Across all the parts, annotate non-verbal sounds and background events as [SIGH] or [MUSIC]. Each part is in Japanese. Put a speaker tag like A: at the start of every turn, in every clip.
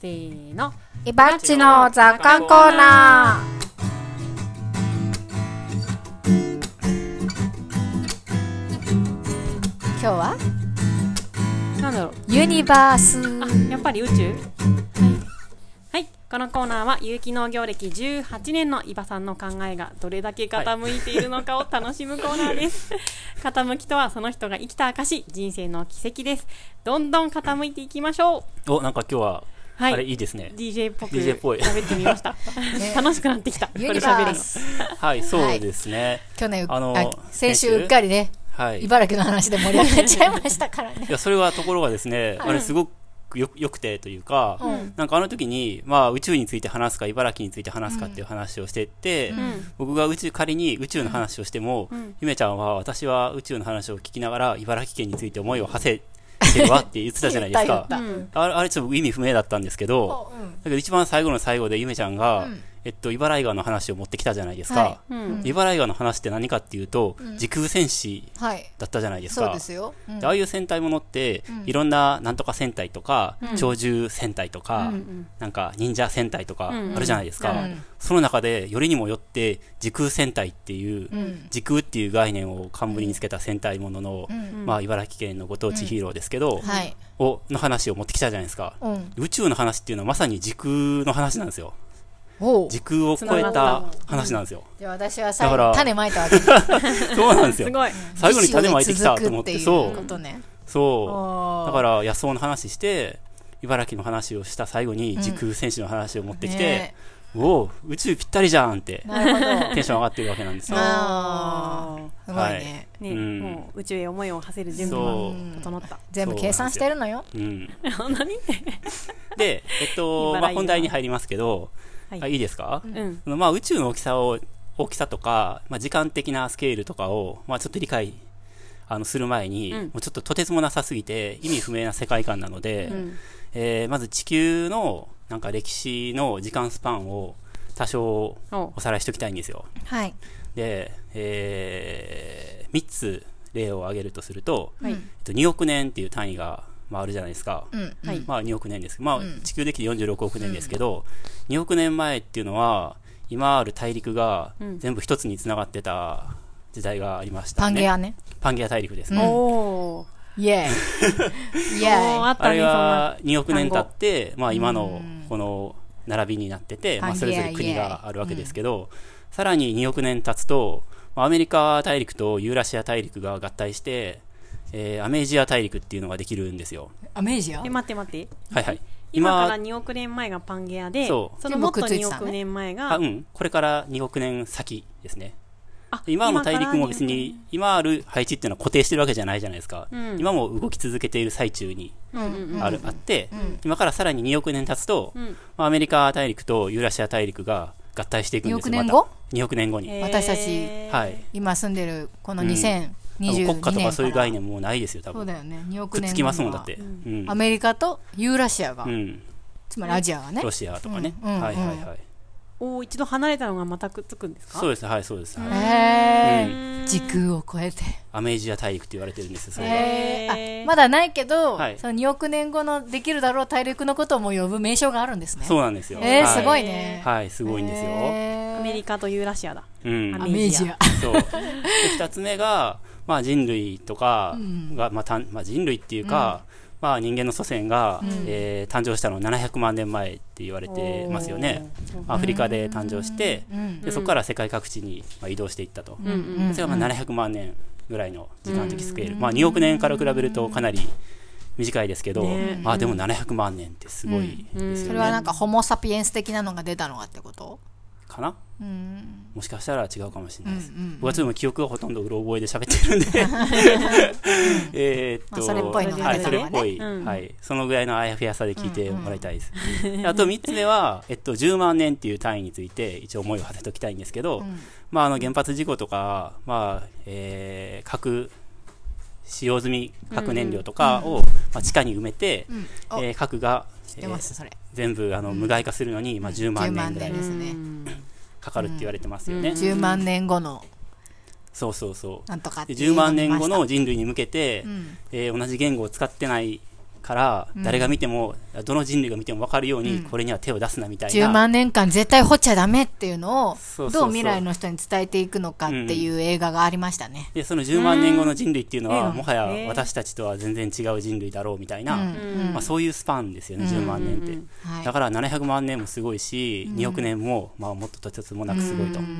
A: せーの
B: イバッチの雑感コーナー。今日は
A: なんだろう
B: ユニバー
C: [LAUGHS]
B: ス。
A: あやっぱり宇宙はい、はい、このコーナーは有機農業歴18年の伊庭さんの考えがどれだけ傾いているのかを楽しむコーナー
C: [LAUGHS]
A: です、傾きとはその人が生きた証人生の奇跡ですどんどん傾いていきましょう
C: お、なんか今日は、
A: は
C: あれ
A: い
C: いいですね。
A: DJ っぽく
C: DJ っぽい
A: 喋ってみました、楽しくなってきたこれ
B: ユニ
A: 喋
B: バ
A: る
B: ー
A: の
B: ス。
C: はい、そうですね。
B: 去年、
C: あの
B: あ先
C: 先
B: 週
C: 週
B: うっかりね、
C: はい。
B: 茨城の話で盛り上がっちゃいましたから
C: [LAUGHS]
B: ね。
C: いや、それはところがですね、あれすごくよよくてというか、
B: うん
C: なんかあの時に、まあ宇宙について話すか、茨城について話すかっていう話をしてって、
A: ん
C: 僕が宇宙、仮に宇宙の話をしても、ゆめちゃんは私は宇宙の話を聞きながら、茨城県について思いを馳せてるわって言ってたじゃないで
B: [LAUGHS]。
C: すか
B: 言
A: う
B: った
A: ん
C: あれ、あれちょっと意味不明だったんですけど、
B: 言っ
C: だけど一番最後の最後でゆめちゃんが、
B: うん
C: えっと、茨城川の話を持ってきたじゃないです
B: は
C: か。
A: う
B: うんん
C: 茨城川の話って何かっていうと、時空戦士
B: た。うん。はい。
C: だったじゃないですか。
B: そうですよ。うん
C: でああいう戦隊ものって、いろんななんとか戦隊とか、鳥獣戦隊とか、
A: ん
C: なんか忍者戦隊とか
A: うん
C: あるじゃないですか、
B: うん
C: その中でよりにもよって時空戦隊っていう、
B: うん
C: 時空っていう概念を冠につけた戦隊ものの、
B: うん
C: まあ、茨城県のご当地ヒーローですけど、
B: はい。
C: をの話を持ってきたじゃないですか、
B: うん。
C: 宇宙の話っていうのはまさに時空の話なんですよ
B: おう
C: 時空を超えた話なんですよ、
B: で、私は最
C: だ
B: 後
C: から
B: に種まいたわけです。
C: そうなんです
A: す
C: よ
A: ごい
C: 最後に種まいてきたと思って
B: 自主
C: そ
B: で続くっていうこ
C: う
B: とね。
C: そう
B: おー
C: だから野草の話して茨城の話をした最後に時空戦士の話を持ってきて
B: ね、
C: おお宇宙ぴったりじゃんって
B: なるほど。
C: テンション上がってるわけなんですよ
B: あーすごい
C: はい
B: ね。
A: ね、
C: うん
A: もう宇宙へ思いを馳せる準備も
C: そ
A: 整った [LAUGHS]
B: 全部計算してるのよ。
C: う、うん、
A: 何
C: で、えっと
A: 茨城
C: まあ、本題に入りますけど、
A: はい
C: あいいですか、
A: うん
C: そのまあ、宇宙の大きさを大きさとか、まあ、時間的なスケールとかを、まあ、ちょっと理解あのする前に、
A: うん
C: もうちょっととてつもなさすぎて意味不明な世界観なので、
A: うん
C: えーまず地球のなんか歴史の時間スパンを多少
A: お
C: おさらいしておきたいんですよ。
B: はい。
C: で、え3つ例を挙げるとすると、
A: はい
C: えっと、2億年っていう単位が、まあ、あるじゃないですか。
B: うん。
A: はい
C: まあ2億年です。まあ
B: うん
C: 地球できて46億年ですけど、2億年前っていうのは、今ある大陸が
A: うん
C: 全部一つに繋がってた時代がありましたね。
B: パンゲ。アね。
C: パンゲア大陸ですね。
B: うん
A: おー
B: イ [LAUGHS] ェイ。イ
A: もうあ
B: ェイ。
A: った
C: あ
A: ね
C: れ
A: そんな
C: が2億年経って、まあ、今の
B: うん
C: この並びになってて、まあ、
B: パン
C: そ
B: ゲア
C: れぞれ国があるわけですけど、さらに2億年経つと、まあアメリカ大陸とユーラシア大陸が合体して、えーアメージア大陸っていうのができるんですよ。
B: アメージア
A: え待って待って
C: はいはい、
A: 今から2億年前がパンゲアで
C: そう
A: のもっと
B: 全部
A: 2
B: くっついてたね
A: 億年前
C: あ
A: が
C: うん、これから2億年先ですね。
A: あ
C: 今の大陸
A: 今
C: も別
A: から2億
C: に、今ある配置っていうのは固定してるわけじゃないじゃないですか。
A: うん
C: 今も動き続けている最中に
A: うんうんうん
C: ある、あって、
B: ん
C: 今からさらに2億年経つと、
A: うん
C: まあアメリカ大陸とユーラシア大陸が合体していくんです
B: 2億
C: よ。
B: 年後
C: また ?2 億年後に。
A: へー
B: 私たち
C: はい。
B: 今住んでるこの
C: うん
B: 2022
C: 多分
B: 年
C: 国家とかそういう概
B: 念。
C: 念もうないですよ、多
B: そう
C: 分。
B: だよね。2億
C: くっ
B: 年。
C: つきますもん、だって。うん
B: ア。メリカとユーラシアが
C: う。ん。
B: つまりアジアがね
C: ロ。シアとかね。
B: うんうん
C: はいはいはい。
A: おー一度離れたのがまたくっつくんですか
C: そうです、はい、そうです。はい
A: う
B: へー。
A: ん
B: 時空を超えて。
C: アメージア大陸って言われてるんですよ、それが。
B: へ
A: へー
B: ーあまだないけど、
C: はい
B: その2億年後のできるだろう大陸のことをも呼ぶ名称があるんですね。
C: そうなんですよ。
B: えー
C: は
B: すごいね。
C: はい、すごいんですよ。
B: へー
A: アメリカとユーラシアだ
C: うん。
B: アメージア。
C: そう。で、二つ目が、まあ人類とかが、まあたん、まあ人類っていうか、まあ人間の祖先が、えー誕生したのは700万年前って言われてますよね。アフリカで誕生して、
B: うん
C: でそこから世界各地に、まあ、移動していったと。
A: うんうん
C: それがまあ700万年ぐらいの時間的スケール。まあ2億年から比べるとかなり短いですけど、
A: ね
C: まあでも700万年ってすごいで
B: そ
C: すよ
B: れ
C: ね。
B: はなんかホモ・サピエンス的なのが出たのがってこと
C: かな
B: うん
C: もしかしたら違うかもしれないです。
B: うんうんうん
C: 僕はちょっと記憶がほとんどうろ覚えで喋って
B: [LAUGHS]
C: るんで、えーっと、
B: まあそれっぽいの
A: が
C: はい、
A: 出
C: そ
A: た
C: れ
A: ね
C: っぽい、
A: うん
C: はい、そのぐらいのあやふやさで聞いてもらいたいです。であと3つ目は、えっと、10万年っていう単位について、一応思いを馳せておきたいんですけど、まあ、あの原発事故とか、まあえー核使用済み核燃料とかを、まあ、地下に埋めて、
B: うんお
C: えー核が、え
B: 出ま
C: ー
B: すそれ
C: 全部あの無害化するのに、まあ、10万年ぐらい
B: 10万ですね
A: うん
C: かかるって言われてますよね。
B: 10万年後の
C: そうそうそう。
B: なんとかって
C: で
B: いうの
C: 10
B: を
C: 万
B: 見
C: 年
B: ま
C: 後
B: した
C: の人類に向けて、
B: ん
C: えー同じ言語を使ってないから誰が見ても、どの人類が見ても分かるように、これには手を出すなみたいな
B: 10万年間絶対掘っちゃダメっていうのを
C: そうそうそ
B: ど
C: う
B: う未来の人に伝えていくのかっていう映画がありましたね。
C: でその10万年後の人類っていうのは、
A: うん
C: もはや
A: ええ
C: 私たちとは全然違う人類だろうみたいな、
B: うん
A: うん
C: まあ、そういうスパンですよね、
B: うん
C: 10万年って、
A: うん
B: はい
C: だから700万年もすごいし、2億年も、まあ、もっととてつもなくすごいと、
B: うん
C: っ
B: う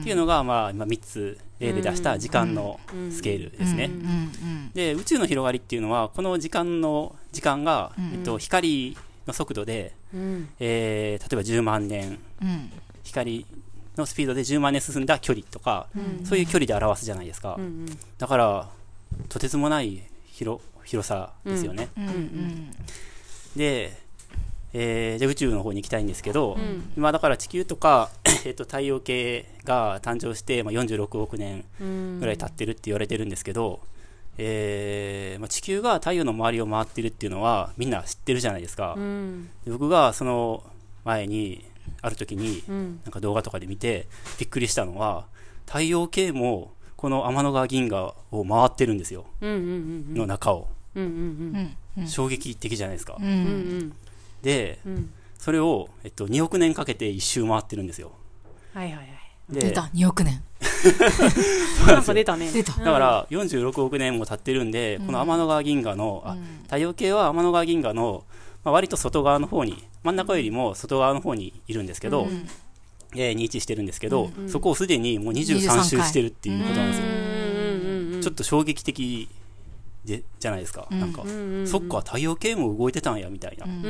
B: ん
C: ていうのが、まあ、今3つ例で出した時間のスケールですね、
B: うんうん
C: で宇宙の広がりっていうのはこの時間の時間が、えっと、光の速度で、
A: うん
C: えー例えば10万年
B: うんうん
C: 光のスピードで10万年進んだ距離とか、そういう距離で表すじゃないですか、
A: うんうん
C: だからとてつもない広広さですよね、
B: うんうん
C: で、えーじゃあ宇宙の方に行きたいんですけど、
A: ん
C: 今だから地球とか、 [COUGHS] えっと、太陽系が誕生して、まあ、46億年
A: うん
C: ぐらい経ってるって言われてるんですけど、えーまあ、地球が太陽の周りを回ってるっていうのはみんな知ってるじゃないですか、
A: うん
C: で僕がその前にある時に
A: うん
C: なんか動画とかで見てびっくりしたのは太陽系もこの天の川銀河を回ってるんですよ
A: うんうん
C: の中を
A: うんうん
B: うんうん
C: 衝撃的じゃないですか、
B: う
A: うんうんん
C: で
A: うん
C: それを、えっと、2億年かけて一周回ってるんですよ
A: はいはいはい
C: で
B: 出た2億年
A: [LAUGHS] なんか出たね
B: 出た
C: だから46億年も経ってるんで、この天の川銀河の、あ太陽系は天の川銀河の、まあ、割と外側の方に真ん中よりも外側の方にいるんですけど、えーに位置してるんですけど、そこをすでにもう23周してるっていうことなんですよ、ちょっと衝撃的でじゃないですか、なんか、そっか太陽系も動いてたんやみたいな、うん
A: うん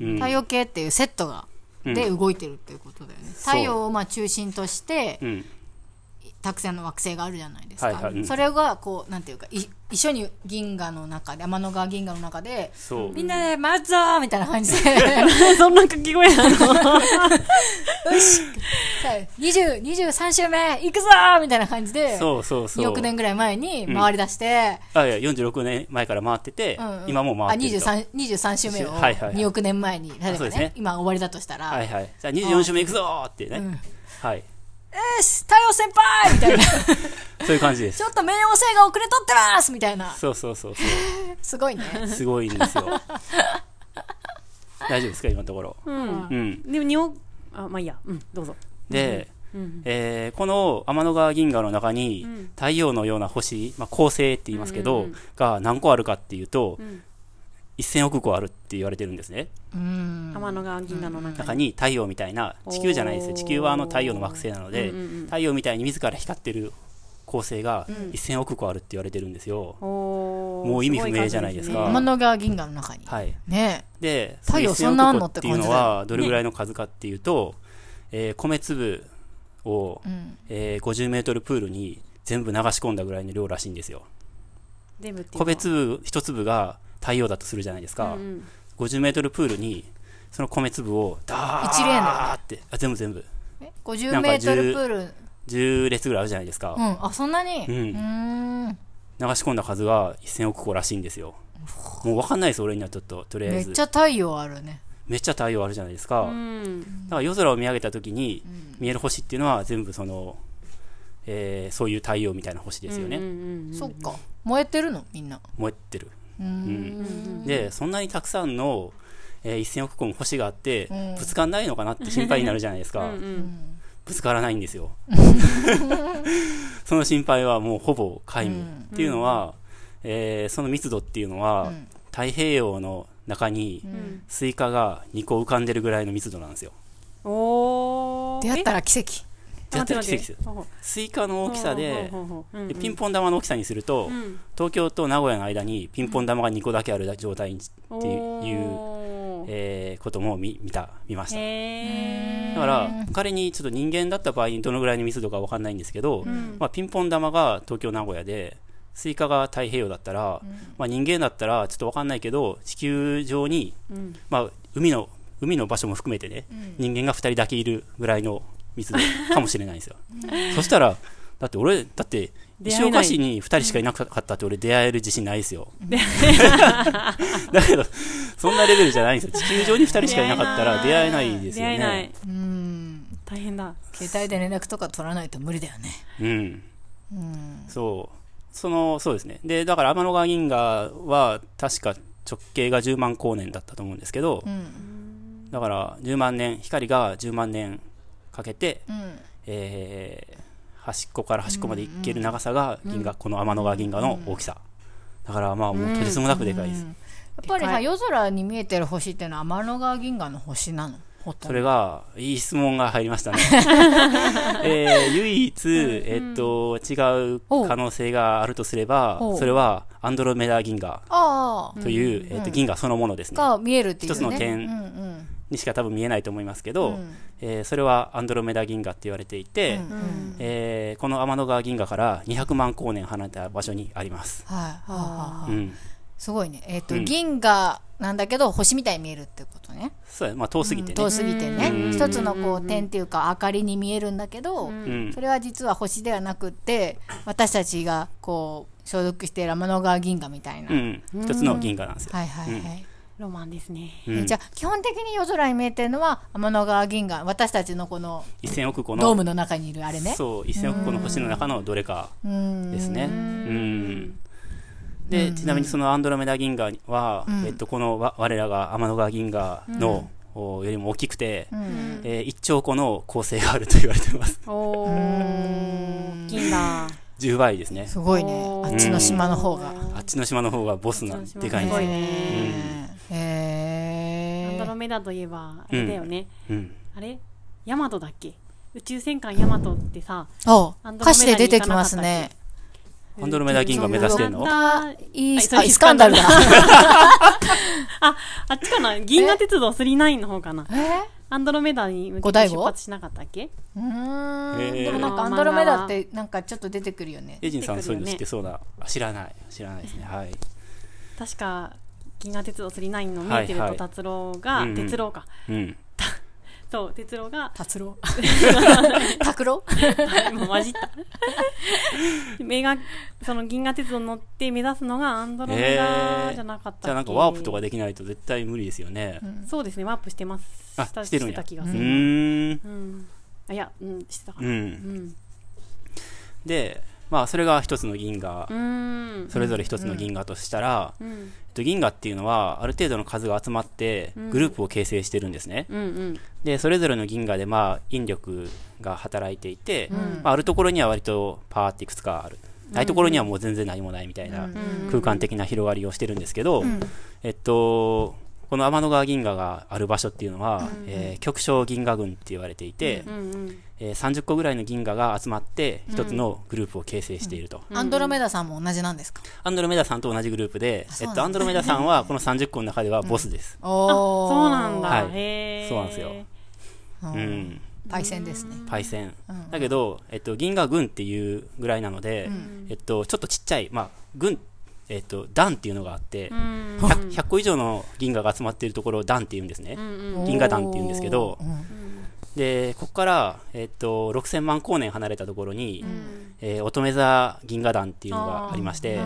A: うん
C: うん
B: 太陽系っていうセットが
C: うん
B: で動いてるっていうことだよね太陽をまあ中心としてたくさんの惑星があるじゃないです
C: はいは
B: か
C: いうん
B: それがこうなんていうかい一緒に銀河の中で天の川銀河の中で
C: そう
B: みんなで待つぞーみたいな感じ
C: [LAUGHS]
B: で
A: [LAUGHS] そんな掛け声なの
B: 20 23週目行くぞーみたいな感じで
C: そうそうそう
B: 2億年ぐらい前に回り出して、
C: あいや46年前から回ってて、
B: うんうん
C: 今も回ってると
B: あ 23, 23週目を
C: はいはいはい
B: 2億年前に、
C: あそう
B: 例え
C: で
B: ば
C: すね
B: ね、今終わりだとしたら、
C: はいはいじゃあ24周目いくぞーってね、はい
B: えーし、太陽先輩みたいな、ち
C: そういう感じです
B: ょっと冥王星が遅れとってますみたいな、
C: そうそうそうそ
B: すごいね。
C: う。すごいんですよ。大丈夫ですか今のところ。
A: うん
C: うん。
A: でもにおあまあいいやうんどうぞ
C: で、
A: うん
C: えーこの天の川銀河の中に
A: ん
C: 太陽のような星、まあ、恒星って言いますけど、
A: うんうん
C: が何個あるかっていうと、
A: ん
C: 1000億個あるって言われてるんですね。
B: うん
A: 天の川銀河の中
C: 中
A: に
C: に太陽みたいな、地球じゃないですよ。
A: おー
C: 地球はあの太陽の惑星なので、
A: うんうんうん
C: 太陽みたいに自ら光ってる恒星が1000億個あるって言われてるんですよ。
A: おー
C: もう意味不明じゃないですか
A: ご
B: 天の川銀河の中に。
C: はい。
B: ね
C: で、
B: 太陽
C: その
B: そんなあんの
C: 1000億個っていう
B: って感じ
C: のは、
B: だよ
C: どれぐらいの数かっていうと、えー米粒を、
B: ん
C: えー50メートルプールに全部流し込んだぐらいの量らしいんですよ。
A: 数え方ですね全部っていうのは
C: 米粒、一粒が太陽だとするじゃないですか。
A: うんうん
C: 50メートルプールに、その米粒を、ダ
B: 一連
C: ーって、あ全部全部、
B: え、50メートルプール。
C: 10列ぐらいあるじゃないですか。
B: うん、あ、そんなに、
C: う
B: うんーん、
C: 流し込んだ数が1000億個らしいんですよ。もう分かんないです、俺にはちょっと、とりあ
B: め
C: え
B: っ
C: ず
B: ち。ゃ太陽あるね。
C: めっちゃ太陽あるじゃないですか。
A: うん
C: だから夜空を見上げた時に見える星っていうのは全部その、えーそういう太陽みたいな星ですよね、
A: うんうんうん
B: そっか。燃えてるのみんな。
C: 燃えてる、
B: うーん。
C: でそんなにたくさんの、えー1000億個も星があって、
B: うん
C: ぶつかんないのかなって心配になるじゃないですか
A: うん
C: ぶつからないんです
A: [LAUGHS]
C: よその心配はもうほぼ皆無、
B: うん
C: っていうのは、えーその密度っていうのは、
B: うん
C: 太平洋の中に
A: うん
C: スイカが2個浮かんでるぐらいの密度なんですよ
A: おー
B: 出会ったら奇跡。
A: え
C: 絶対
A: 待
C: 奇跡
A: っ
C: です
A: て待って
C: スイカの大きさで
A: ほうほうほうほううんうん
C: でピンポン玉の大きさにすると、
A: うん
C: 東京と名古屋の間にピンポン玉が2個だけある状態にっていう、
A: おー
C: えーことも見見た見ました
A: へ
C: だから仮にちょっと人間だった場合にどのぐらいの密度か分かんないんですけど、まあ、ピンポン玉が東京名古屋でスイカが太平洋だったら、まあ、人間だったらちょっと分かんないけど地球上に、
A: うん
C: まあ、海の海の場所も含めてね、人間が2人だけいるぐらいの密
A: [LAUGHS]
C: 度かもしれないんですよそしたらだって俺だって
A: 出
C: 石
A: 会え
C: 岡
A: ない
C: 市に2人しかいなかったって俺出会える自信ないですよ。だけど、そんなレベルじゃないんですよ。地球上に2人しかいなかったら出会え [LAUGHS] ないですよね。
A: 出会えない
B: うん。
A: 大変だ
B: 携帯で連絡とか取らないと無理だよね。
C: うん。
B: うん。
C: そう。その、そうですね。で、だから天の川銀河は確か直径が10万光年だったと思うんですけど、
B: うん
C: だから10万年光が10万年かけて、
B: うん
C: えー端っこから端っこまで行ける長さが銀河、この天の川銀河の大きさ、だからまあもうとてつもなくでかいです、
B: やっぱり
A: でか
B: さ
A: い
B: 夜空に見えてる星ってのは天の川銀河の星なのほとん
C: そ
B: ど
C: れがいい質問が入り
B: [LAUGHS]
C: ましたね、えー唯一、えっと違う可能性があるとすれば
B: おう
C: それはアンドロメダ銀河
B: ああ
C: という、えっと銀河そのものですね
B: が見えるっていうね
C: 一つの点
B: うんうん
C: にしか多分見えないと思いますけ
B: う
C: ど、
B: ん
C: えーそれはアンドロメダ銀河って言われていて、
B: うん
A: うん
C: えーこの天の川銀河から200万光年離れた場所にあります。
B: はいはあはあはあ
C: うん、
B: すごいねえっと
C: うん
B: 銀河なんだけど星みたいに見えるってことね
C: そうやまあ遠すぎてね。
B: 遠すぎて
C: うん
B: ね一つのこう点っていうか明かりに見えるんだけど
C: うん
B: それは実は星ではなくって私たちがこう所属している天の川銀河みたいな
C: う
B: はい
C: ん、一つの銀河なんですよ。
B: はいはい
A: ロマンですね。
C: うん
B: じゃあ基本的に夜空に見えてるのは天の川銀河私たちのこの
C: 1000億個の
B: ドームの中にいるあれね
C: そう1000億個の星の中のどれか
B: うん
C: ですね。うんでちなみにそのアンドロメダ銀河は、えっと、このわ我らが天の川銀河の、およりも大きくて、えー1兆個の恒星があると言われてます。 [LAUGHS]
A: おー、銀河。
C: 10倍ですね。
B: すごいね
A: お
B: あ
A: ー
B: っちの島の方が
C: あっちの島の方がボスなでかいん
A: す
C: です
A: ご
C: よ
A: い。ね。
B: へえ
A: アンドロメダといえば、あれだよね。
C: うん
A: あれヤマトだっけ宇宙戦艦ヤマトってさ、
B: あ
A: アンドロメダに行かなかったっけ
B: 歌詞で出てきますね
C: アンドロメダ銀河目指してんの
A: あ
B: イース
A: あ
B: あイスカンダルだ
A: あっちかな銀河鉄道9の方かな
B: [LAUGHS] えー
A: アンドロメダに向
B: 五
A: け
B: 大
A: て
B: 五
A: 出発しなかったっけ
B: うーん
C: へー
B: でもなんかアンドロメダってなんかちょっと出てくるよね
C: エイジンさんそういうの
A: 出
C: 知って
A: くるよね
C: てそうな、あ知らない知らないですねはい
A: 確か銀河鉄道9の見えてる
C: はいは
A: と
C: い
A: 達郎が、
C: うんうん
A: 鉄郎か
C: うん
A: そう鉄郎が
B: 達郎拓郎
A: [LAUGHS] もう混じった。
C: [LAUGHS]
A: 目が、その銀河鉄道に乗って目指すのがアンドロメダじゃなかったっけ、
C: じゃあなんかワープとかできないと絶対無理ですよね、
A: そうですね、ワープしてます。
C: あしてるんや
A: た気が
C: う
A: する。
C: ーん
A: うん。あいや、うん、してたか
C: う
A: な。
C: ん
A: うん。
C: でまあそれが一つの銀河、
A: うん。
C: それぞれ一つの銀河としたら、
A: うん。
C: えっと銀河っていうのはある程度の数が集まってグループを形成してるんですね、
A: うん。うん。
C: でそれぞれの銀河でまあ引力が働いていて、まあ、あるところには割とパーっていくつかあるないところにはもう全然何もないみたいな空間的な広がりをしてるんですけど、えっとこの天の川銀河がある場所っていうのは、えー極小銀河群って言われていて、
A: うん。うん。
C: えー30個ぐらいの銀河が集まって一つのグループを形成していると、
B: アンドロメダさんも同じなんですか
C: アンドロメダさんと同じグループで、え
B: そうなん
C: っと、
B: だ
C: アンドロメダさんはこの30個の中ではボスです、
B: お
A: あ、
B: ー
A: そうなんだ。
C: はい
A: へえ。
C: そうなんですよ
B: う
C: うん
B: んパイセンですね
C: パイセン、だけど、えっと、銀河群っていうぐらいなので、えっと、ちょっとちっちゃい、まあ、群えっと、団っていうのがあって、
A: うん。
C: 100, 100個以上の銀河が集まっているところを団って言うんですね、銀河団っていうんですけど、でここから、えっと6000万光年離れたところに、えー乙女座銀河団っていうのがありまして、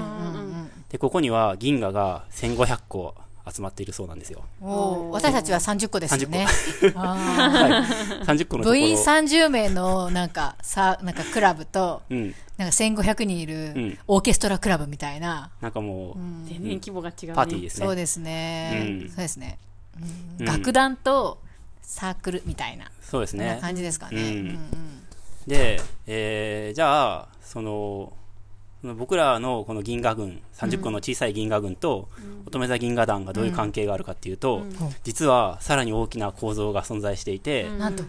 C: でここには銀河が1500個集まっているそうなん [LAUGHS] ですよ、
B: おー私たちは30個ですよね
C: はい、30個のところ
B: V30 名のなんかさなんかクラブと
C: うん、
B: なんか1500人いる
C: ん
B: オーケストラクラブみたいな、
C: なんかもう、
A: 全然規模が違う、ね。
C: パーティ
A: [LAUGHS]
C: ーですね
B: そうですね、
C: うん
B: そうですね、
C: うん
B: 楽団とサークルみたいな
C: そうです
B: そんな
C: ね
B: 感じですかね、
C: うんで、えーじゃあそのその僕らのこの銀河軍30個の小さい銀河軍と乙女座銀河団がどういう関係があるかっていうと、実はさらに大きな構造が存在していて、
B: うんなんと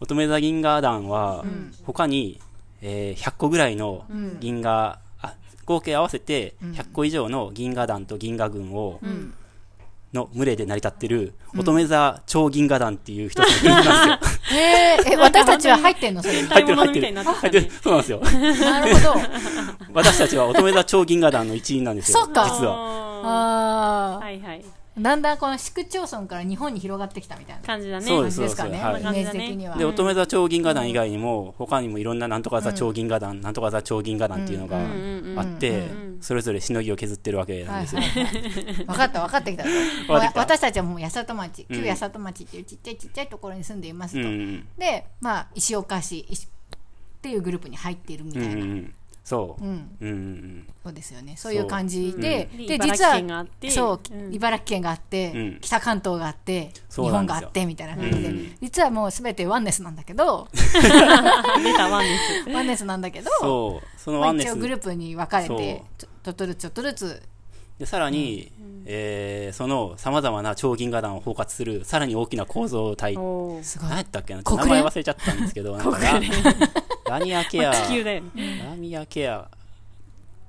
C: 乙女座銀河団は他に、えー100個ぐらいの銀河、あ合計合わせて100個以上の銀河団と銀河軍を、の群れで成り立ってる乙女座超銀河団っていう一つの銀河なんですよ。
B: えーえ私たちは入ってんのそれ
A: 戦隊ものみたいにな [LAUGHS] ってきた
C: 入ってる
A: ね。
C: そうなん [LAUGHS] ですよ。
B: なるほ [LAUGHS] ど
C: 私たちは乙女座超銀河団の一員なんですよ。
B: そうか
C: 実は。
A: は。
B: あ
A: はいはい。
B: ーだんだんこの市区町村から日本に広がってきたみたいな
A: 感じだね。
C: そう
B: 感
C: です
B: じですかね、
C: そうです
A: はい
B: イメージ的には、
C: で、乙女座超銀河団以外にも、他にもいろんななんとか座超銀河団、なんとか座超銀河団っていうのがあって、それぞれしのぎを削ってるわけなん
B: はい
C: ですよ
B: はい。はい、 [LAUGHS] 分かった分かってきたと
C: かってきた
B: 私たちはもう八里町
C: うん
B: 旧八里町っていうちっちゃいちっちゃいところに住んでいます
C: う
B: と、
C: んうん
B: でまあ石岡市石っていうグループに入っているみ
C: う
B: た
C: ん
B: い
C: うん
B: な、
C: うんそう。
B: う
C: うん
B: ん、
C: うんうん。
B: そうですよねそういう感じ
C: そう
B: で、
A: うん
B: で
A: 茨
B: 実
A: 城
B: は
A: 県があって
B: そう、
A: うん
B: 茨城県があって、
C: うん
B: 北関東があって日
C: そうな
B: 本
C: んです
B: が
C: よ
B: あってみたいな感じで、
C: うん
B: 実はもう全てワンネスなんだけ
C: [LAUGHS]
B: ど
A: [LAUGHS] 出たワンです。
B: ワンネスなんだけど
C: そう。その
B: ま
C: ワ
B: あ、
C: ンネ
B: 一
C: ス
B: 応。グループに分かれ
C: そう
B: てちょちょっとずつちょっとずつ
C: で、さらに、えーその様々な超銀河団を包括する、さらに大きな構造 [LAUGHS] 体。
A: おー
B: すごい
C: 何やったっけな名
B: 国連
C: 前忘れちゃったんですけど、なんかララニアケア、
A: 地球だよね。
C: ラニアケア、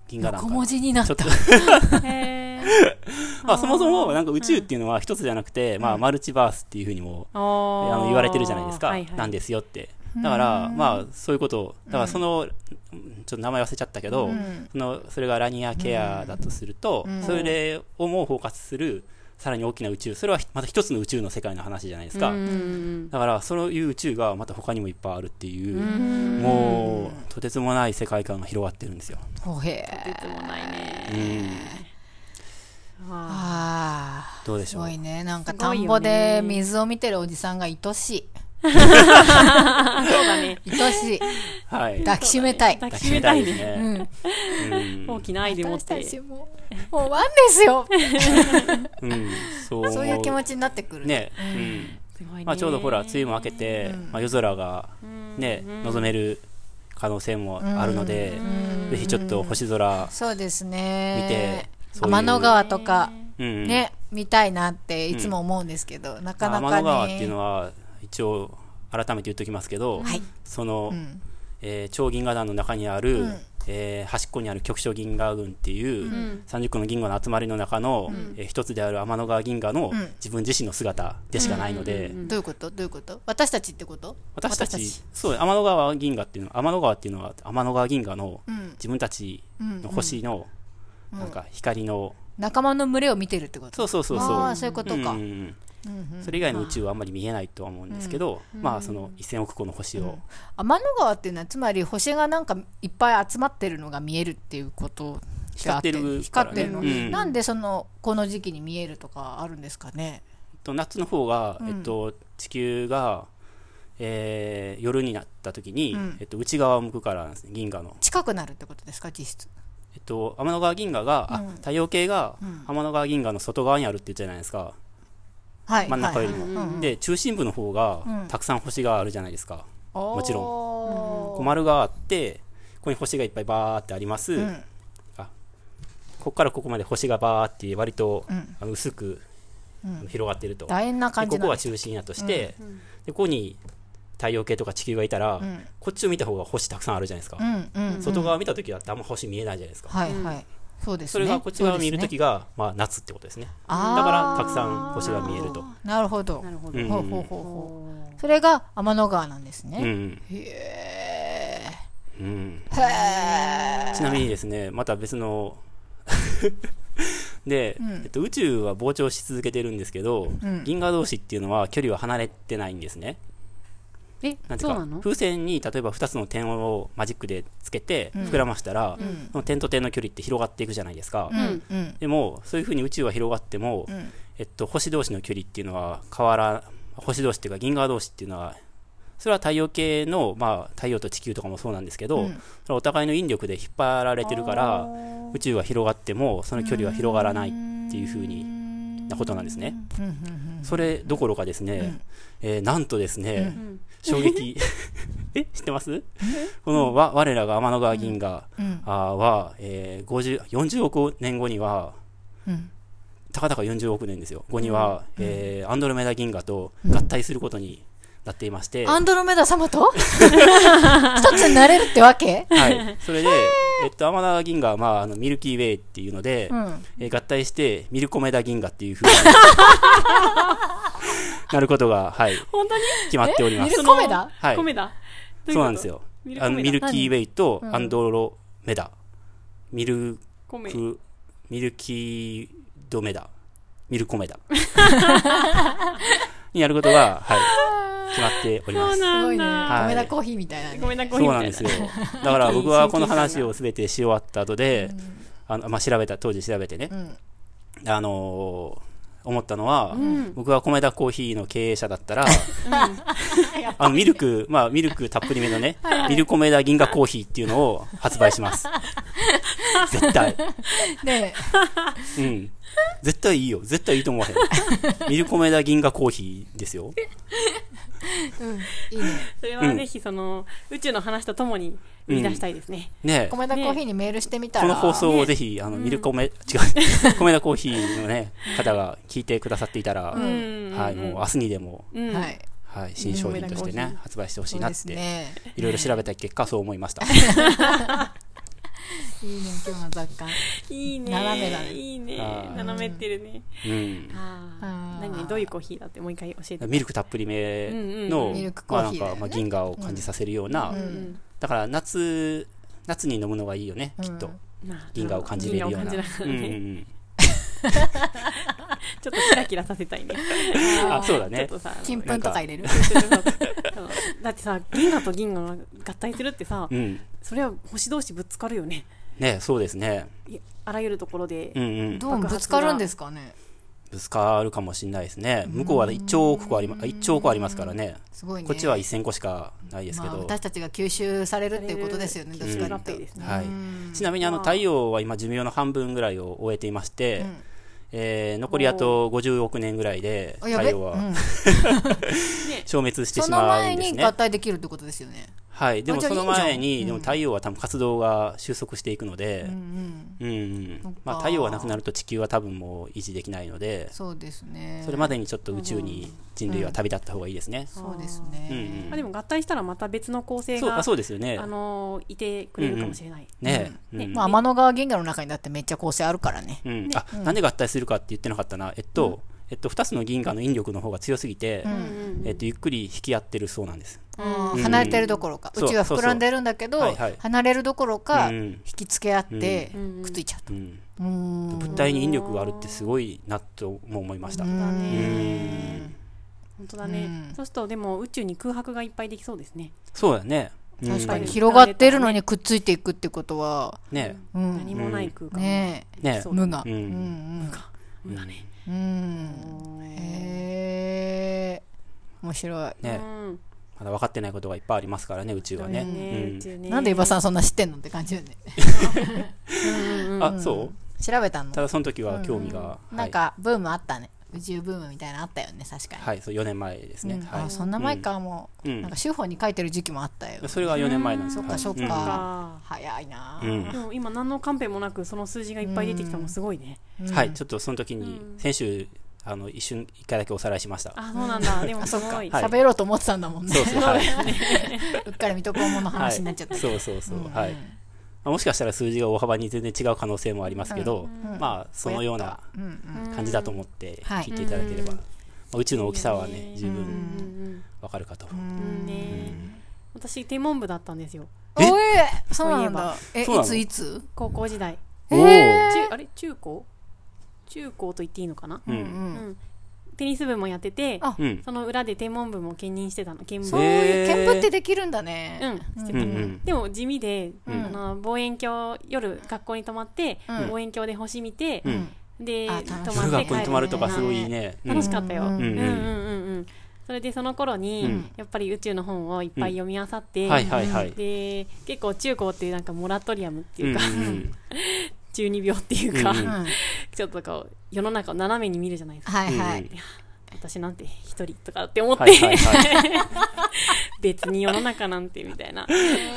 C: 銀河団
B: 小
C: かな
B: 文字になっ
C: ちょ
B: た
C: っと
A: へ [LAUGHS]
C: [LAUGHS] まあ、そもそもなんか宇宙っていうのは一つじゃなくて、まあ、マルチバースっていうふうにも、
A: あ
C: あの
A: の
C: 言われてるじゃないですか、
A: はいはい、
C: なんですよってだからまあそういうことをだからその、うんちょっと名前忘れちゃったけど、
B: うん
C: そのそれがラニアケアだとすると、
B: うん
C: それをも包括するさらに大きな宇宙それはまた一つの宇宙の世界の話じゃないですか、
A: うん
C: だからそういう宇宙がまた他にもいっぱいあるっていう、
A: うん
C: もうとてつもない世界観が広がってるんですよ、
B: ほへ
A: とてつもないね。
C: うん、
A: あ
B: あ
C: どう
B: ー
C: でし
B: す
C: ょう
B: ごいねなんか
A: すご
B: 田
A: いよ
B: ん
A: ね
B: ぼで水を見てるおじさんが愛しい
A: ー [LAUGHS] そうだね。
B: 愛し
A: [LAUGHS]
B: い
C: はい
B: 抱きしめたい、
A: 抱き
C: 抱
A: しめたいね。
B: う
C: ね、
B: ん、
C: うん
A: 大きな愛で持っ
B: 私
A: て
B: た。ちももうワンですよ
C: うんそう思
B: そういう気持ちになってくる
C: ね、うん
A: すごいね
C: まあ、ちょうどほら梅雨も明けて、まあ、夜空が、ね望める可能性もあるので、ぜひちょっと星空、
B: そうですね
C: 見てそういう
B: 天の川とか
C: うん
B: ね、見たいなっていつも思うんですけど、なかなかね、
C: まあ天の川っていうのは一応改めて言っときますけど、その、
B: ん
C: えー超銀河団の中にある、えー端っこにある極小銀河群っていう、30個の銀河の集まりの中の、えー一つである天の川銀河の、自分自身の姿でしかないので、
B: どういうことどういうこと私たちってこと
C: 私た
B: 私
C: ち
B: たち
C: そう天の川銀河っていうの天の川っていうのは天の川銀河の
B: ん
C: 自分たちの星のなんか光の、
B: 仲間の群れを見てるってこと
C: そうそうそうそう
B: ああそういうことか、
C: うんうんうんそれ以外の宇宙はあんまり見えないとは思うんですけど、まあその1000億個の星を、
B: 天の川っていうのはつまり星がなんかいっぱい集まってるのが見えるっていうことであ
C: 光ってるか
B: 光
C: ら
B: っ
C: ね
B: てるの、
C: うん
B: なんでそのこの時期に見えるとかあるんですかね
C: と夏の方が、えっと、地球が、えー夜になった時に、えっと、内側を向くからなんですね銀河の、
B: 近くなるってことですか実質
C: えっと、天の川銀河が、あ太陽系が天の川銀河の外側にあるって言ったじゃないですか、
B: はい
C: 真ん中より
B: はい
C: も、
B: はいうん
C: で中心部の方がたくさん星があるじゃないですか、もちろんこう丸があってここに星がいっぱいバーってあります、
B: ん
C: あここからここまで星がバーって割と、
B: ん
C: あの薄く、あの広がってると
B: 楕円な感
C: でこ
B: じ
C: こ
B: なん
C: が
B: です
C: 中心やとして、でここに太陽系とか地球がいたら、こっちを見た方が星たくさんあるじゃないですか、
B: うんうん
C: 外側見た時はあんま星見えないじゃないですか、
B: はいはい、そうですね
C: それがこっち側見る
B: そう
C: と
B: ですね
C: きが、まあ、夏ってことですねだ
B: あー
C: からたくさん星が見えると、
B: なるほど
A: なるほ
C: う
A: ど。
C: ん
B: ほうほうほうほうそれが天の川なんです
C: うんう
B: ね、
C: ん
B: へ
C: うん、
B: ーへ
C: ちなみにですね、また別の [LAUGHS] で、えっと、宇宙は膨張し続けてるんですけど、銀河同士っていうのは距離は離れてないんですね。
A: え
C: なん、てい
A: そうう
C: か
A: なの
C: 風船に例えば2つの点をマジックでつけて膨らましたら、その点と点の距離って広がっていくじゃないですか。
A: うん。
B: ーうん
C: でもそういうふうに宇宙は広がっても、えっと、星同士の距離っていうのは変わら星同士っていうか銀河同士っていうのはそれは太陽系の、まあ、太陽と地球とかもそうなんですけど、それはお互いの引力で引っ張られてるから宇宙は広がってもその距離は広がらないっていうふうになことなんですね。それどころかですね、えーなんとですね、衝撃 [LAUGHS] え知ってますこのわ我らが天の川銀河、あーは、えー、50 40億年後には、
B: うん
C: たかだか40億年ですよ後には、えーアンドロメダ銀河と合体することになっていまして、
B: アンドロメダ様と一つになれるってわけ
C: はい、そ [LAUGHS] れで、えっと、アマダ銀河は、まあ、あのミルキーウェイっていうので、
B: ん
C: えー合体してミルコメダ銀河っていうふうになることが、はい、
A: 本当に
C: 決まっておりま
B: ミル
C: す
B: コ。メダ
C: はい
A: 米だ。どい
C: そうなんです
A: よ。
C: よ
A: ミル。コメダ
C: あのミルキーウェイとアンドロメダ、ミル
A: 米。
C: ク、ミルキードメダ、ミルコメダになることが、はい、決まっておりま
A: そう。
C: す
B: すご
A: ないん
B: ね、
A: だ。
C: い
B: コメダコーヒーみたいなね、
A: 米だコー
C: そ
A: ヒ
C: う
A: ーみ
C: なん
A: たい
C: で
A: な
C: すよ。だから僕はこの話をすべてし終わった後で、あの、まあ、調べた、当時調べてね、あのー思ったのは、
A: ん
C: 僕は米田コーヒーの経営者だったら、
B: やっぱ
C: [LAUGHS] あの、ミルク、まあ、ミルクたっぷりめのね、ミルコメダ銀河コーヒーっていうのを発売
A: [LAUGHS]
C: します。絶対。
B: ね
C: うん。絶対いいよ。絶対いいと思わへん。ミルコメダ銀河コーヒーですよ。
B: うん、いいね。
A: それは
C: うん
A: ぜひその、宇宙の話とともに売り出したいですね。
C: ねえ
B: コメダコーヒーにメールしてみた
C: こ
B: ら。
C: の放送をぜひ、あの、ミルコ
A: [LAUGHS]
C: メ、違う、コメダコーヒーのね、方が聞いてくださっていたら、
A: ん
C: はい、もう明日にでも、
A: うん。
B: はい。
C: はい、新商品として
A: コメダコーヒ
C: ね、発売してほし
B: そ
C: いうなっ
B: です
C: て、
B: ね。
C: いろいろ調べた結果、そう思いました。
B: いいね、今日の雑貨。
A: いいね。
B: 斜めだね
A: いいね。
C: はい
A: 斜めってるね。
C: うん。
A: ああ。
B: うん
A: 何どういうコーヒーだってもう一回教えて。
C: ミルクたっぷりめ
A: うんうん
C: の
B: ミルク、コ
C: ま
B: ー
C: あな
B: ヒー
C: ん
B: だよね
C: か、まあ銀河を感じさせるような、
A: うん。
C: だから夏、夏に飲むのがいいよね、きっと。
A: まあ
C: 銀河を感じれるような。
A: 銀河を感じら
C: うんう
A: れ
C: ん
A: る
C: う
A: ね
C: ん。
A: ちょっとキラキラさせたいね。
C: あ、そう
A: ち
C: だ
A: ょっ
C: ね。
A: とさ、
B: 金粉とか入れる。
A: だってさ、銀河と銀河が合体するってさ
C: う、ん。
A: それは星同士ぶつかるよね。
C: ね、そうですね。
A: いあらゆるところで
C: う。んうん。
B: どうもぶつかるんですかね。
C: ぶつかるかもしれないですね。向こうは1兆個ありま、1兆個ありますからね。
B: すごいね。
C: こっちは1000個しかないですけ
B: まあ
C: ど。
B: 私たちが吸収されるっていうことですよね。どっちか
A: ラ
B: って
A: ペ
B: い
A: イ
B: う
A: で
B: と
A: すね。
C: はい
B: うん。
C: ちなみにあの
A: まあ
C: 太陽は今寿命の半分ぐらいを終えていまして、
B: ん
C: えー残りあと50億年ぐらいで
B: あ
C: 太
B: やべ、
C: 陽
B: う
C: は
B: ん
C: 消滅し
B: そ
C: てし
B: の
C: まう
B: 前
C: んです
B: に
C: ね。
B: 合体できるってことですよね。
C: はい。でも
B: あじゃあ
C: その
B: い
C: 前
B: いじゃ
C: に、
B: ん
C: でも太陽は多分活動が収束していくので、
B: うんうん。
C: うん、うん
B: そっか
C: まあ太陽がなくなると地球は多分もう維持できないので、
B: そうですね。
C: それまでにちょっと宇宙に人類は旅立った方がいいですね。
B: そうです
C: うん
B: ね。
A: まあでも合体したらまた別の構成
C: そう
A: が
C: あ、そうですよね
A: あ。のいてくれるかもしれない。
C: ねえ。
A: ね
C: うん
B: まあ天の川銀河の中にだってめっちゃ構成あるからね。
C: うん、あ、なんで合体するかって言ってなかったな。えっと、えっと、二つの銀河の引力の方が強すぎて、えっと、ゆっくり引き合ってるそうなんです。
B: うん離れてるどころか、
C: そう
B: 宇宙は膨らんでるんだけど、
C: そうそうはいはい
B: 離れるどころか、
C: うん
B: 引き付け合ってくっついちゃうと、
C: うん。
B: うん
C: 物体に引力があるってすごいなとも思いました。うん。
A: だね。
C: ん
A: 本当だね。
B: うん
A: そうするとでも宇宙に空白がいっぱいできそうですね。
C: そうだね。うん
B: 確かに
A: うん
B: 広がってるのにくっついていくってことは、
C: ね
B: うん、
A: 何もない空間。
B: ねえ
C: ね
A: そう
B: 無が、
C: う
B: うんん、うん
A: そうだね。
B: うんへえ面白い、
A: う
C: ね
A: ん。
C: まだ分かってないことがいっぱいありますからね、宇宙はね。
A: ね
C: うん
A: 宇宙ね。
B: なんで伊庭さんそんな知ってんのって感じよね
C: あ、そう
B: 調べたの
C: ただその時は興味が。は
B: なん
C: い
B: かブームあったね宇宙ブームみたいなのあったよね確かに、
C: はい、そう、4年前ですね。
B: うん
C: は
B: あそんな前かも、う
C: うん
B: なんか手法に書いてる時期もあったよ
C: い。それが4年前なんです
B: そっ
C: よ。
B: かそっか、
A: か
B: 早いなあ、
C: うんうん
A: でも今何のカンペもなくその数字がいっぱい出てきたのもすごいね。
C: はい、ちょっとその時に、先週、あの、一瞬、一回だけおさらいしました。
A: あ、そうなんだ。でもすごい。
C: はい
B: 喋ろうと思ってたんだもんね
C: そうそう、はい。
B: [LAUGHS]
C: [LAUGHS]
B: うっかり水戸黄門の話になっちゃった、
C: そうそうそう、はい。まあもしかしたら数字が大幅に全然違う可能性もありますけど、まあ、そのような
B: うんうん
C: 感じだと思って
B: はい
C: 聞いていただければ、まあ宇宙の大きさはね、十
A: うんう
C: 分
A: ん
C: わかるかと。
A: うん。ね。私天文部だったんですよ。
B: おえそうなんだえ
C: そうないの
B: ついつ
A: 高校時代。
C: お
B: えー
A: 中あれ中高？中高と言っていいのかな？
C: う。
B: うんん
A: テニス部もやってて
B: あ、
C: うん。
A: その裏で天文部も兼任してたの。兼
B: そ
A: 務
B: うい
C: へ
B: う
C: ー
B: 見舞ってできるんだね
A: うん、して
C: うんう
A: た。
C: ん。
A: でも地味で、
C: うん
A: あの望遠鏡夜学校に泊まって、
B: うん
A: 望遠鏡で星見て、
C: うん。
A: で
B: あ
A: 泊
B: 楽しい
A: ま
C: 夜
A: って
C: 学
A: 帰
C: 校に
A: る
C: 泊まるとか
A: み
C: す
A: たいな
C: ごいね。うん
A: 楽しかったよ、
B: う
A: うんん、
B: う
A: うんん
C: うん
A: うんうんそれでその頃に、
C: うん
A: やっぱり宇宙の本をいっぱい読み漁って、
C: はいはいはい。
A: で結構中高ってなんかモラトリアムって
C: うん
A: いううか、 [LAUGHS]
C: ん
A: 中二病っていうか、
C: うんう
B: うん
C: ん
A: ちょっとこう世の中を斜めに見るじゃないですか
B: はいは
C: う
B: い
C: ん
A: 私なんて一人とかって思って、
C: はいはいは
A: [LAUGHS] 別に世の中なんてみたいな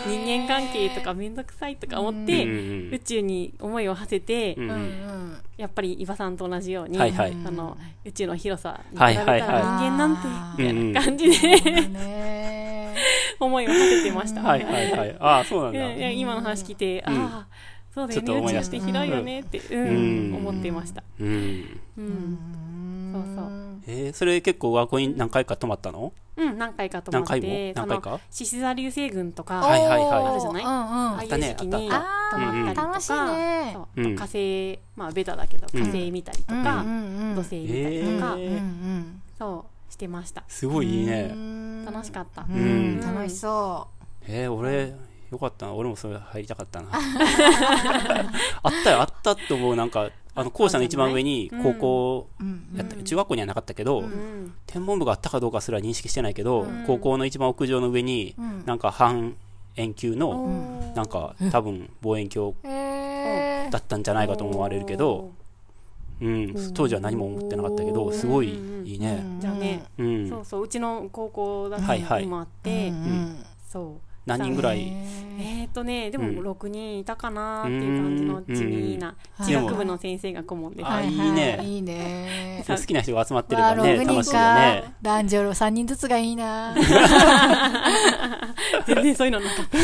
A: 人間関係とかめんどくさいとか思っ
C: い。
A: て、
C: うん
A: 宇宙に思いを馳せて、
C: うんう
B: うんう
C: ん
B: ん
A: やっぱり伊庭さんと同じように、
C: はいはい
A: あの宇宙の広さに比
C: はい
A: べた
C: はいはい
A: ら人間なんてみたいな感じ
B: そう
A: で
B: だね
A: 思いを馳せてました。
C: はいはいはい。ああ、そうなん
A: いやい
C: だ。
A: や今の話聞いて、
C: ん
A: ああそうだよ
C: ちょっと
A: ね宇
C: 思い
A: 宙
C: 出
A: っ
C: した
A: て広いよねって、うん
C: うん
A: 思ってました。
C: うん。
A: うん、そうそう。
C: えー、それ結構学校に何回か泊まったの
A: うん何回かと思っ
C: 何回も
A: て、そ
C: 何
A: の
C: 回か
A: 獅子座流星群とか、
C: は
A: あ
C: いはいはい
B: おー
A: あるじゃない
B: うん
A: あ
B: う
A: い
B: ん
A: う時期に
C: あ
A: 泊
B: ったあった
A: まったりとか、
B: 楽しいね
A: そう
C: うん
A: 火星まあベタだけど火星見たりとか、
B: うんうん
A: 土星見たりとか、
C: え
B: うんうん
A: そうしてました。
C: すごいいいね。
A: 楽しかった。
B: う
C: うんん
B: 楽しそ
C: えー、俺、よかったな。俺もそれ入りたかったな。あったよ、あったと思う。なんか、ああの校舎の一番上に高校
B: うん
C: やった、中学校にはなかったけど、
A: うん
C: 天文部があったかどうかすら認識してないけど、
A: うん
C: 高校の一番屋上の上に、
B: うん
C: なんか半円球の、
A: おー
C: なんか多分望遠鏡
B: えー
C: だったんじゃないかと思われるけど、うん、当時は何も思ってなかったけ
A: お
C: ど
A: ー
C: すごい
A: うん
C: いい
B: うん
C: ね、
A: じゃあね
C: うん
A: そうそううちの高校だ
C: はいは
A: け
C: い
A: にもあっ
B: うん
A: て、
B: うん
A: そう
C: 何人ぐらい、
B: え
A: えっ、ー、とねで
C: う
A: も
C: ん
A: 六人いたかなっていう感じの地味な
B: うん
A: 地学部の先生が顧問です、
C: あ
B: ー
C: いいね
B: ははいいいね
C: 好きな人が集まってれ
B: わあ
C: ばね
B: 6
C: 楽し
B: 人
C: いよ
B: か
C: ね
B: 男女3人ずつがい
A: [LAUGHS]
B: いな
A: [LAUGHS] 全然そういうのなかった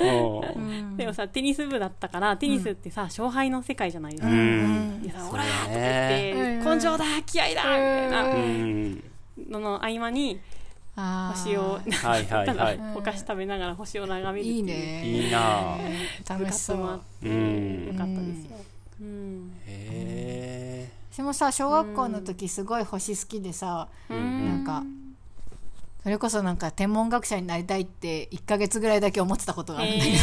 C: う
B: うんん
A: でもさテニス部だったからテニスってさ、勝敗の世界じゃないですか、
C: うん
A: でさ「
C: そ
A: オ
C: う
A: ラ!」
C: だ
A: とか言って
C: ね
A: 「根性だ気合だ!」みたいな
C: う
B: うん
C: ん
A: のの合間に
B: あー
A: 星を
C: はいはいは
A: なん
C: い
A: かお菓子食べながら星を眺めるっていう
B: いいね
C: いいなぁ
A: 部
B: 楽し
A: 活
B: そ
A: もあっ
B: う
A: て
C: う
A: よ
C: ん
A: かったですよ、うん
C: へ
B: 私もさ小学校の時すごい星好きでさ
A: うん
B: なんかそれこそなんか天文学者になりたいって1ヶ月ぐらいだけ思ってたことがあるんだけど、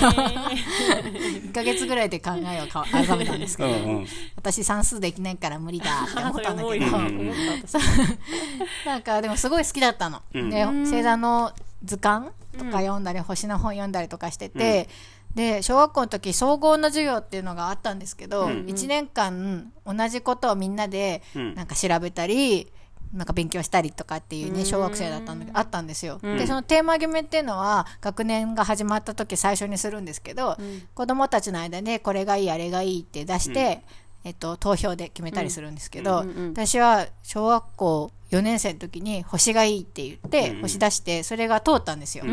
B: 1ヶ月ぐらいで考えをか改めたんですけ
C: えう
B: ど、
C: んうん
B: 私算数できないから無理だって思
A: あ
B: っ
A: それ
B: たんだ
A: 思
B: け
A: い
B: ど、
A: 思
C: う
A: っ
C: ん
A: た私
B: なんかでもすごい好きだったの。
C: うん
B: で
A: うん
B: 星座の図鑑とか読んだり、星の本読んだりとかしてて、で小学校の時総合の授業っていうのがあったんですけど、
C: うん
B: 1年間同じことをみんなで
C: うん
B: なんか調べたり。なんか勉強したりとかっていう
A: う
B: ね
A: ん
B: 小学生だったんだけどあったんですよ、
A: うん
B: でそのテーマ決めっていうのは学年が始まった時最初にするんですけど、
A: うん
B: 子供たちの間でこれがいいあれがいいって出して、えっと、投票で決めたりするんですけど、
A: うんうんうん
B: 私は小学校4年生の時に星がいいって言って、
C: うん
B: 星出してそれが通ったんですよ、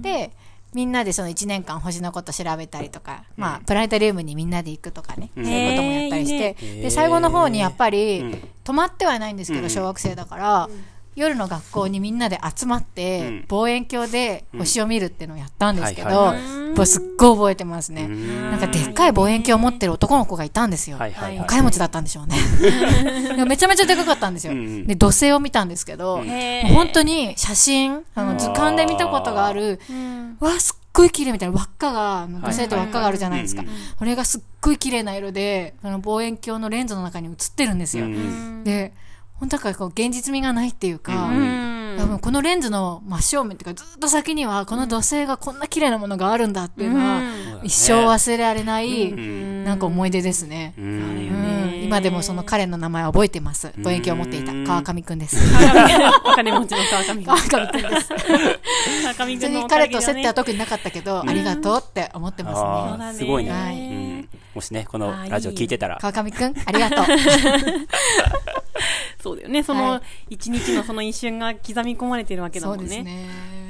B: でみんなでその1年間星のこと調べたりとか、まあプラネタリウムにみんなで行くとかね、
C: うん
B: そういうこともやったりして、
C: へーいいね
B: で最後の方にやっぱり、
C: うん
B: 泊まってはないんですけど、
C: うん
B: 小学生だから、夜の学校にみんなで集まって、
C: うん
B: 望遠鏡で星を見るっていうのをやったんですけど、
C: うんはいはい
A: はい
B: やっぱすっごい覚えてますね、
C: うん
B: なんかでっかい望遠鏡を持ってる男の子がいたんですよ。
C: はいはい
B: お
C: は
B: 金持ちだったんでしょうね。でもめちゃめちゃでかかったんですよ。
C: うんうん
B: で、土星を見たんですけど、
C: うん
B: も
A: へ
B: う本当
A: に、
B: に写真、あの図鑑で見たことがある、
A: うん
B: わあ、すっごい綺麗みたいな輪っかが、あの土
C: はい
B: 星って輪っかがあるじゃないですか
C: うんうん。
B: これがすっごい綺麗な色で、あの望遠鏡のレンズの中に映ってるんですよ
C: う。ん
B: で、本当なんかこう現実味がないっていうか、
C: うん
B: 多分このレンズの真正面っていうかずっと先にはこの土星がこんな綺麗なものがあるんだっていうのは一生忘れられない
C: ん
B: なんか思い出ですね。
C: う
B: うんん、今でもその彼の名前を覚えてます。望遠鏡を持っていた
C: うん
B: 川上くんです。
A: お金持ちの川上君
B: [LAUGHS] 川上くんです。
A: 川上
B: 別
A: 君の
B: に
A: おかげ
B: 彼
A: だ
B: と
A: ね
B: 接点は特になかったけど、ありがとうって思ってま
C: あ
B: すね。
C: ーすごい
A: は
B: う
C: ね
A: い
C: うんもしねこのラジオ聞いてたら
B: 川上くん、ありがとう。
A: そうだよねそ
B: は
A: の一日のその一瞬が刻み込まれてるわけだも
B: そうんです
A: ね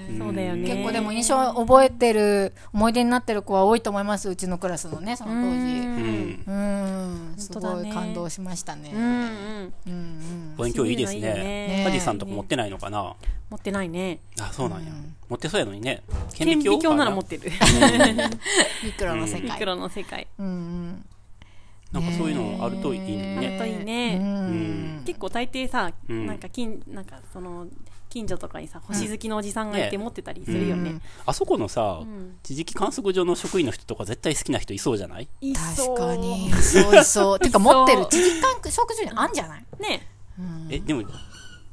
B: ね。
A: そうだよね
B: 結構でも印象覚えてる、思い出になってる子は多いと思います。うちのクラスのね、その当時。
C: うん
B: うん、す
A: 本当だ
B: ご
A: ね
B: い感動しました
A: うんう
B: ね。
A: ん
B: うんうん。
C: 望遠鏡いいです
A: そういうのいい
C: ね
A: ね
C: パディさんとか持ってないのかな
A: 持ってないね
C: あそうなんや
B: うん
C: 持ってそうやのにね
A: 顕微鏡なら持ってる [LAUGHS]
B: ミクロの世
A: ミク
B: 界。
A: ロの世界
B: うんうん。
C: なんかそういうのあるといいね
A: あるといいね
B: うん
A: 結構大抵さ、
C: うん
A: なんか近なんかその近所とかにさ星好きのおじさんがいて
C: うん
A: 持ってたりするよね、
B: うん
C: あそこのさ
A: うん
C: 地磁気観測所の職員の人とか絶対好きな人いそうじゃない
A: いそう
B: 確かにそういそうてか持ってる地時間食中にあんじゃない、
A: ね
B: うん
C: えでも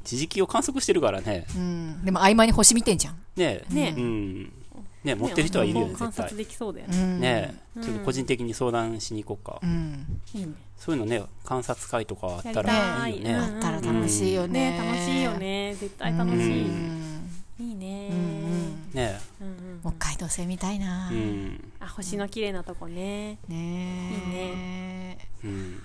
C: 地磁気を観測してるからね
B: うん、でも合間に星見てんじゃん、
C: ね
A: ね
C: うんね持ってる人はいるよね
A: もう観
C: 絶対
A: 察できそうだよ
B: う
A: ね、
B: ん、
C: ねちょっと個人的に相談しに行こう
B: う
C: か
B: ん
A: いいね
C: そういうのね観察会とかあった
A: や
C: ら
A: り
C: い
A: たい
C: いよね
A: うん
B: あったら楽しいよね,、
A: ね楽しいよね絶対楽しい、いいね
B: うん、うん
C: ね
A: うんうん
B: もう街道星みたいな、
C: うん
A: あ星の綺麗なとこね
B: ねえ
C: うん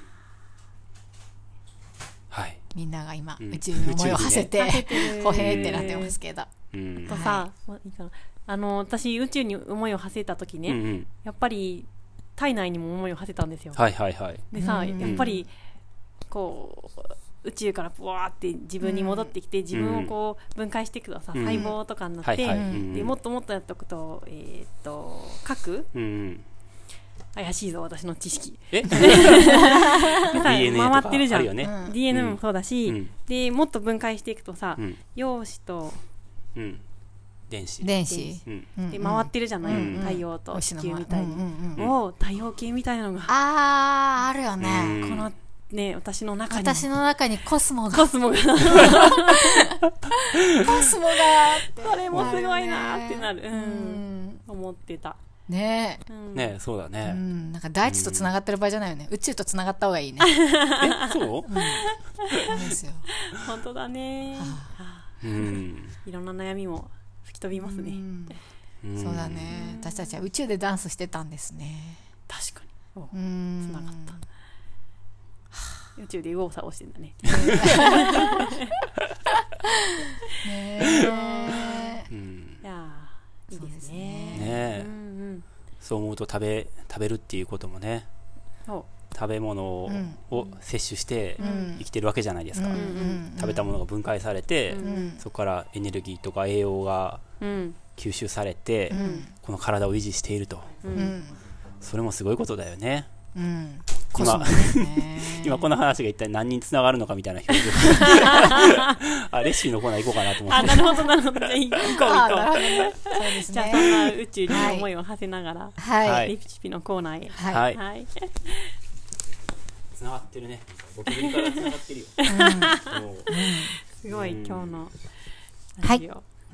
C: はい
B: みんなが今、
C: うん
B: 宇宙に思いを馳せて、 [LAUGHS] ほへーってなって
A: ま
B: ますけど、
C: うん
A: とさ、もういいかなあの私宇宙に思いを馳せた時ね、
C: うんうん
A: やっぱり体内にも思いを馳せたんですよ、
C: はいはいはい
A: でさ、
B: うん
A: やっぱりこう宇宙からブワーって自分に戻ってきて、自分をこう分解していくとさ、
C: うん
A: 細胞とかになって、
C: はいはい
B: うん
A: でもっともっとやっておくと,、えーっと核
C: うんうん
A: 怪しいぞ私の知
C: [LAUGHS]
A: 識
B: [LAUGHS]
C: え
A: でさ
C: DNA とか
A: 回ってるじゃ
C: あ
A: ん、
C: るよね
B: うん
A: DNA もそうだし、
C: うん
A: でもっと分解していくとさ、
C: うん
A: 陽子と
C: うん電子。
B: 電子
C: うん。
A: で回っててるじゃない、
C: うん
A: 太陽と地球みたいに、
C: うん
A: もう太陽系みたいなのが、
B: あーあるよね、
C: うん
A: このね私の中に
B: 私の中にコスモが
A: コスモが
B: コスモが
A: それもすごいなーってなる、う、
B: うんん
A: 思ってた、
B: ね
A: うん
C: ねそうだ
B: えう
C: ね。
B: んなんか大地とつながってる場合じゃないよね宇宙とつながった方が
A: [LAUGHS]
B: いいね
C: え、そう
B: そうですよ
A: 本当だね、
B: は
A: はあ
C: うん。
A: いろんな悩みも吹き飛びますね、
B: うん
C: ん
B: そうだ。ね私たちは宇宙でダンスしてたんですね
A: 確かにお
B: うん
A: 繋がった宇宙で右往左往してん
B: [LAUGHS]
A: だね
B: ねえ
C: うん。
A: いやーいいですね
B: そうです
A: うん
C: ね
A: うん
C: そう思うと食べ、食べるっていうこともね、
A: お
C: 食べ物を
B: うん
C: を摂取して
B: うん
C: 生きてるわけじゃないです
B: う
C: か
B: ん。
C: 食べたものが分解されて
A: う、
B: うんうん
C: そこからエネルギーとか栄養が
A: うん
C: 吸収されて、
B: うん
C: この体を維持していると。
A: う
B: うんん
C: それもすごいことだよね。
B: うんコスモね
C: 今この話が一体何につながるのかみたいな表情。あ、レシピのコーナー行こうかなと思
A: あ
C: って。
A: なるほどなるほどじゃあ
B: [LAUGHS]
A: 行こう
B: あ
A: 行
B: なる
A: こ
B: ほどねそうです
A: うじゃあ
B: ね
A: そんな宇宙に思いを馳せながら、
B: は
C: はい
B: い
A: リピチピのコーナーへ
B: はい
C: はい。
A: はい、
C: つながってるね。ゴキブリからつながってるよ。もう
A: すごい今日の
B: は
A: ラ
B: い
A: ジオ